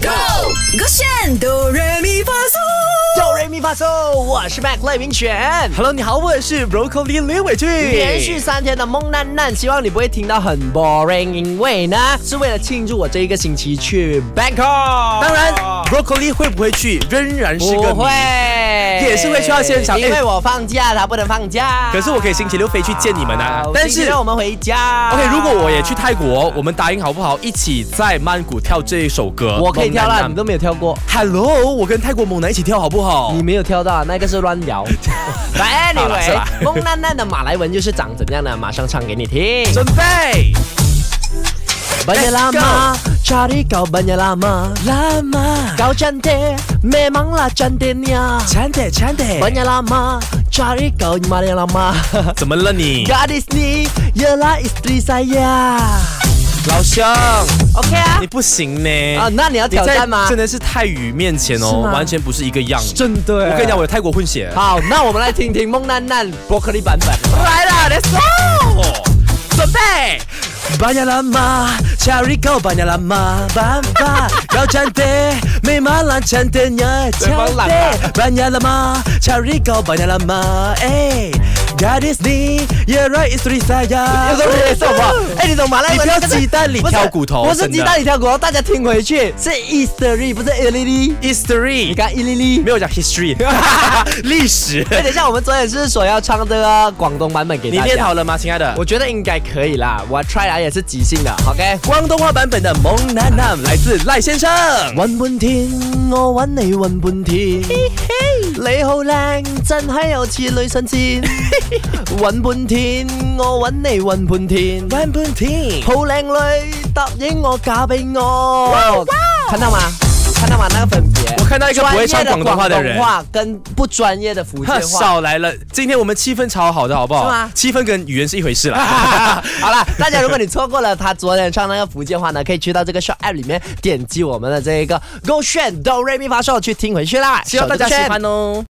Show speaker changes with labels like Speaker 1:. Speaker 1: Go，
Speaker 2: 勾选哆来咪发嗦，
Speaker 1: 哆瑞咪发嗦，我是 Mac 赖明全。
Speaker 3: Hello，你好，我是 Broccoli 刘伟俊。
Speaker 1: 连续三天的梦难难，希望你不会听到很 boring，因为呢是为了庆祝我这一个星期去 Bangkok。
Speaker 3: 当然，Broccoli 会不会去仍然是个谜
Speaker 1: 不会。，
Speaker 3: 也是会去到现场
Speaker 1: 因
Speaker 3: 哎
Speaker 1: 为我放假，他不能放假。
Speaker 3: 可是我可以星期六飞去见你们啊但
Speaker 1: 但
Speaker 3: 是
Speaker 1: 是让我们回家。
Speaker 3: OK，如果我也去泰国，我们答应好不好？一起在曼谷跳这一首歌。
Speaker 1: 我可以跳
Speaker 3: 梦
Speaker 1: 啦，
Speaker 3: 南
Speaker 1: 你都没有跳过。
Speaker 3: Hello，我跟泰国猛男一起跳好不好？
Speaker 1: 你没有跳到啊，那个是乱 摇。But
Speaker 3: 哦好啦是
Speaker 1: anyway，
Speaker 3: 啦
Speaker 1: 孟娜娜的马来文就是长怎样呢？马上唱给你听。
Speaker 3: 准备
Speaker 1: Banyak
Speaker 3: Let's go.
Speaker 1: lama cari kau banyak lama
Speaker 3: ，lama，
Speaker 1: Kau cantik memanglah cantiknya
Speaker 3: 馋的馋的，
Speaker 1: Banyak lama cari kau banyak lama
Speaker 3: 怎么了你？
Speaker 1: Gadis ni ialah isteri saya
Speaker 3: 老乡，
Speaker 1: OK 啊
Speaker 3: 你不行呢。
Speaker 1: 啊，那你要
Speaker 3: 你
Speaker 1: 挑
Speaker 3: 在
Speaker 1: 战吗
Speaker 3: 真？的是泰语面前
Speaker 1: 是
Speaker 3: 哦，
Speaker 1: 吗
Speaker 3: 完全不是一个样。
Speaker 1: 真的，我
Speaker 3: 我跟你讲，我有泰国混血。
Speaker 1: 好，那我们来听听孟楠楠伯克利版本。
Speaker 3: 来了，Let's go，准哦备。Banyak lama cari kau banyak lama Bamba Kau cantik memanglah cantiknya
Speaker 1: Memanglah.
Speaker 3: cantik Banyak lama cari kau banyak lama Eh gadis ni ialah isteri saya
Speaker 1: 有时候也是好不好？哎，你懂吗？
Speaker 3: 你不要鸡蛋里挑骨头
Speaker 1: 不是
Speaker 3: 真的
Speaker 1: 鸡蛋里挑骨头，大家听回去是 history，不是 i l E l y 你
Speaker 3: History
Speaker 1: 看 i l l y
Speaker 3: 没有讲 history 历史
Speaker 1: 哎，等一下，我们昨天是说要唱这个广东版本给
Speaker 3: 你
Speaker 1: 大家。
Speaker 3: 练好了吗，亲爱的？
Speaker 1: 我觉得应该可以啦，我 try 啊来也是即兴的，OK。
Speaker 3: 广东话版本的《萌男男》来自赖先生。
Speaker 1: 揾半天，我揾你揾半天。你好靓，真系又似女神 仙。揾半天，我揾你揾半天。
Speaker 3: 玩半天，
Speaker 1: 好靓女，答应我嫁俾我。看到吗？看到吗？那个分别。
Speaker 3: 我看到一个不会唱广东话的人
Speaker 1: 专业的广东话跟不专业的福建
Speaker 3: 哈，
Speaker 1: 话。
Speaker 3: 少来了。今天我们气氛超好的，好不好？
Speaker 1: 是吗
Speaker 3: 气氛跟语言是一回事啦。
Speaker 1: 好啦，大家如果你错过了他昨天唱那个福建话呢，可以去到这个 Shop App 里面点击我们的这一个勾选 Do Re Mi 发售去听回去啦。
Speaker 3: 希望大家
Speaker 1: 手机
Speaker 3: 喜
Speaker 1: 圈
Speaker 3: 欢哦。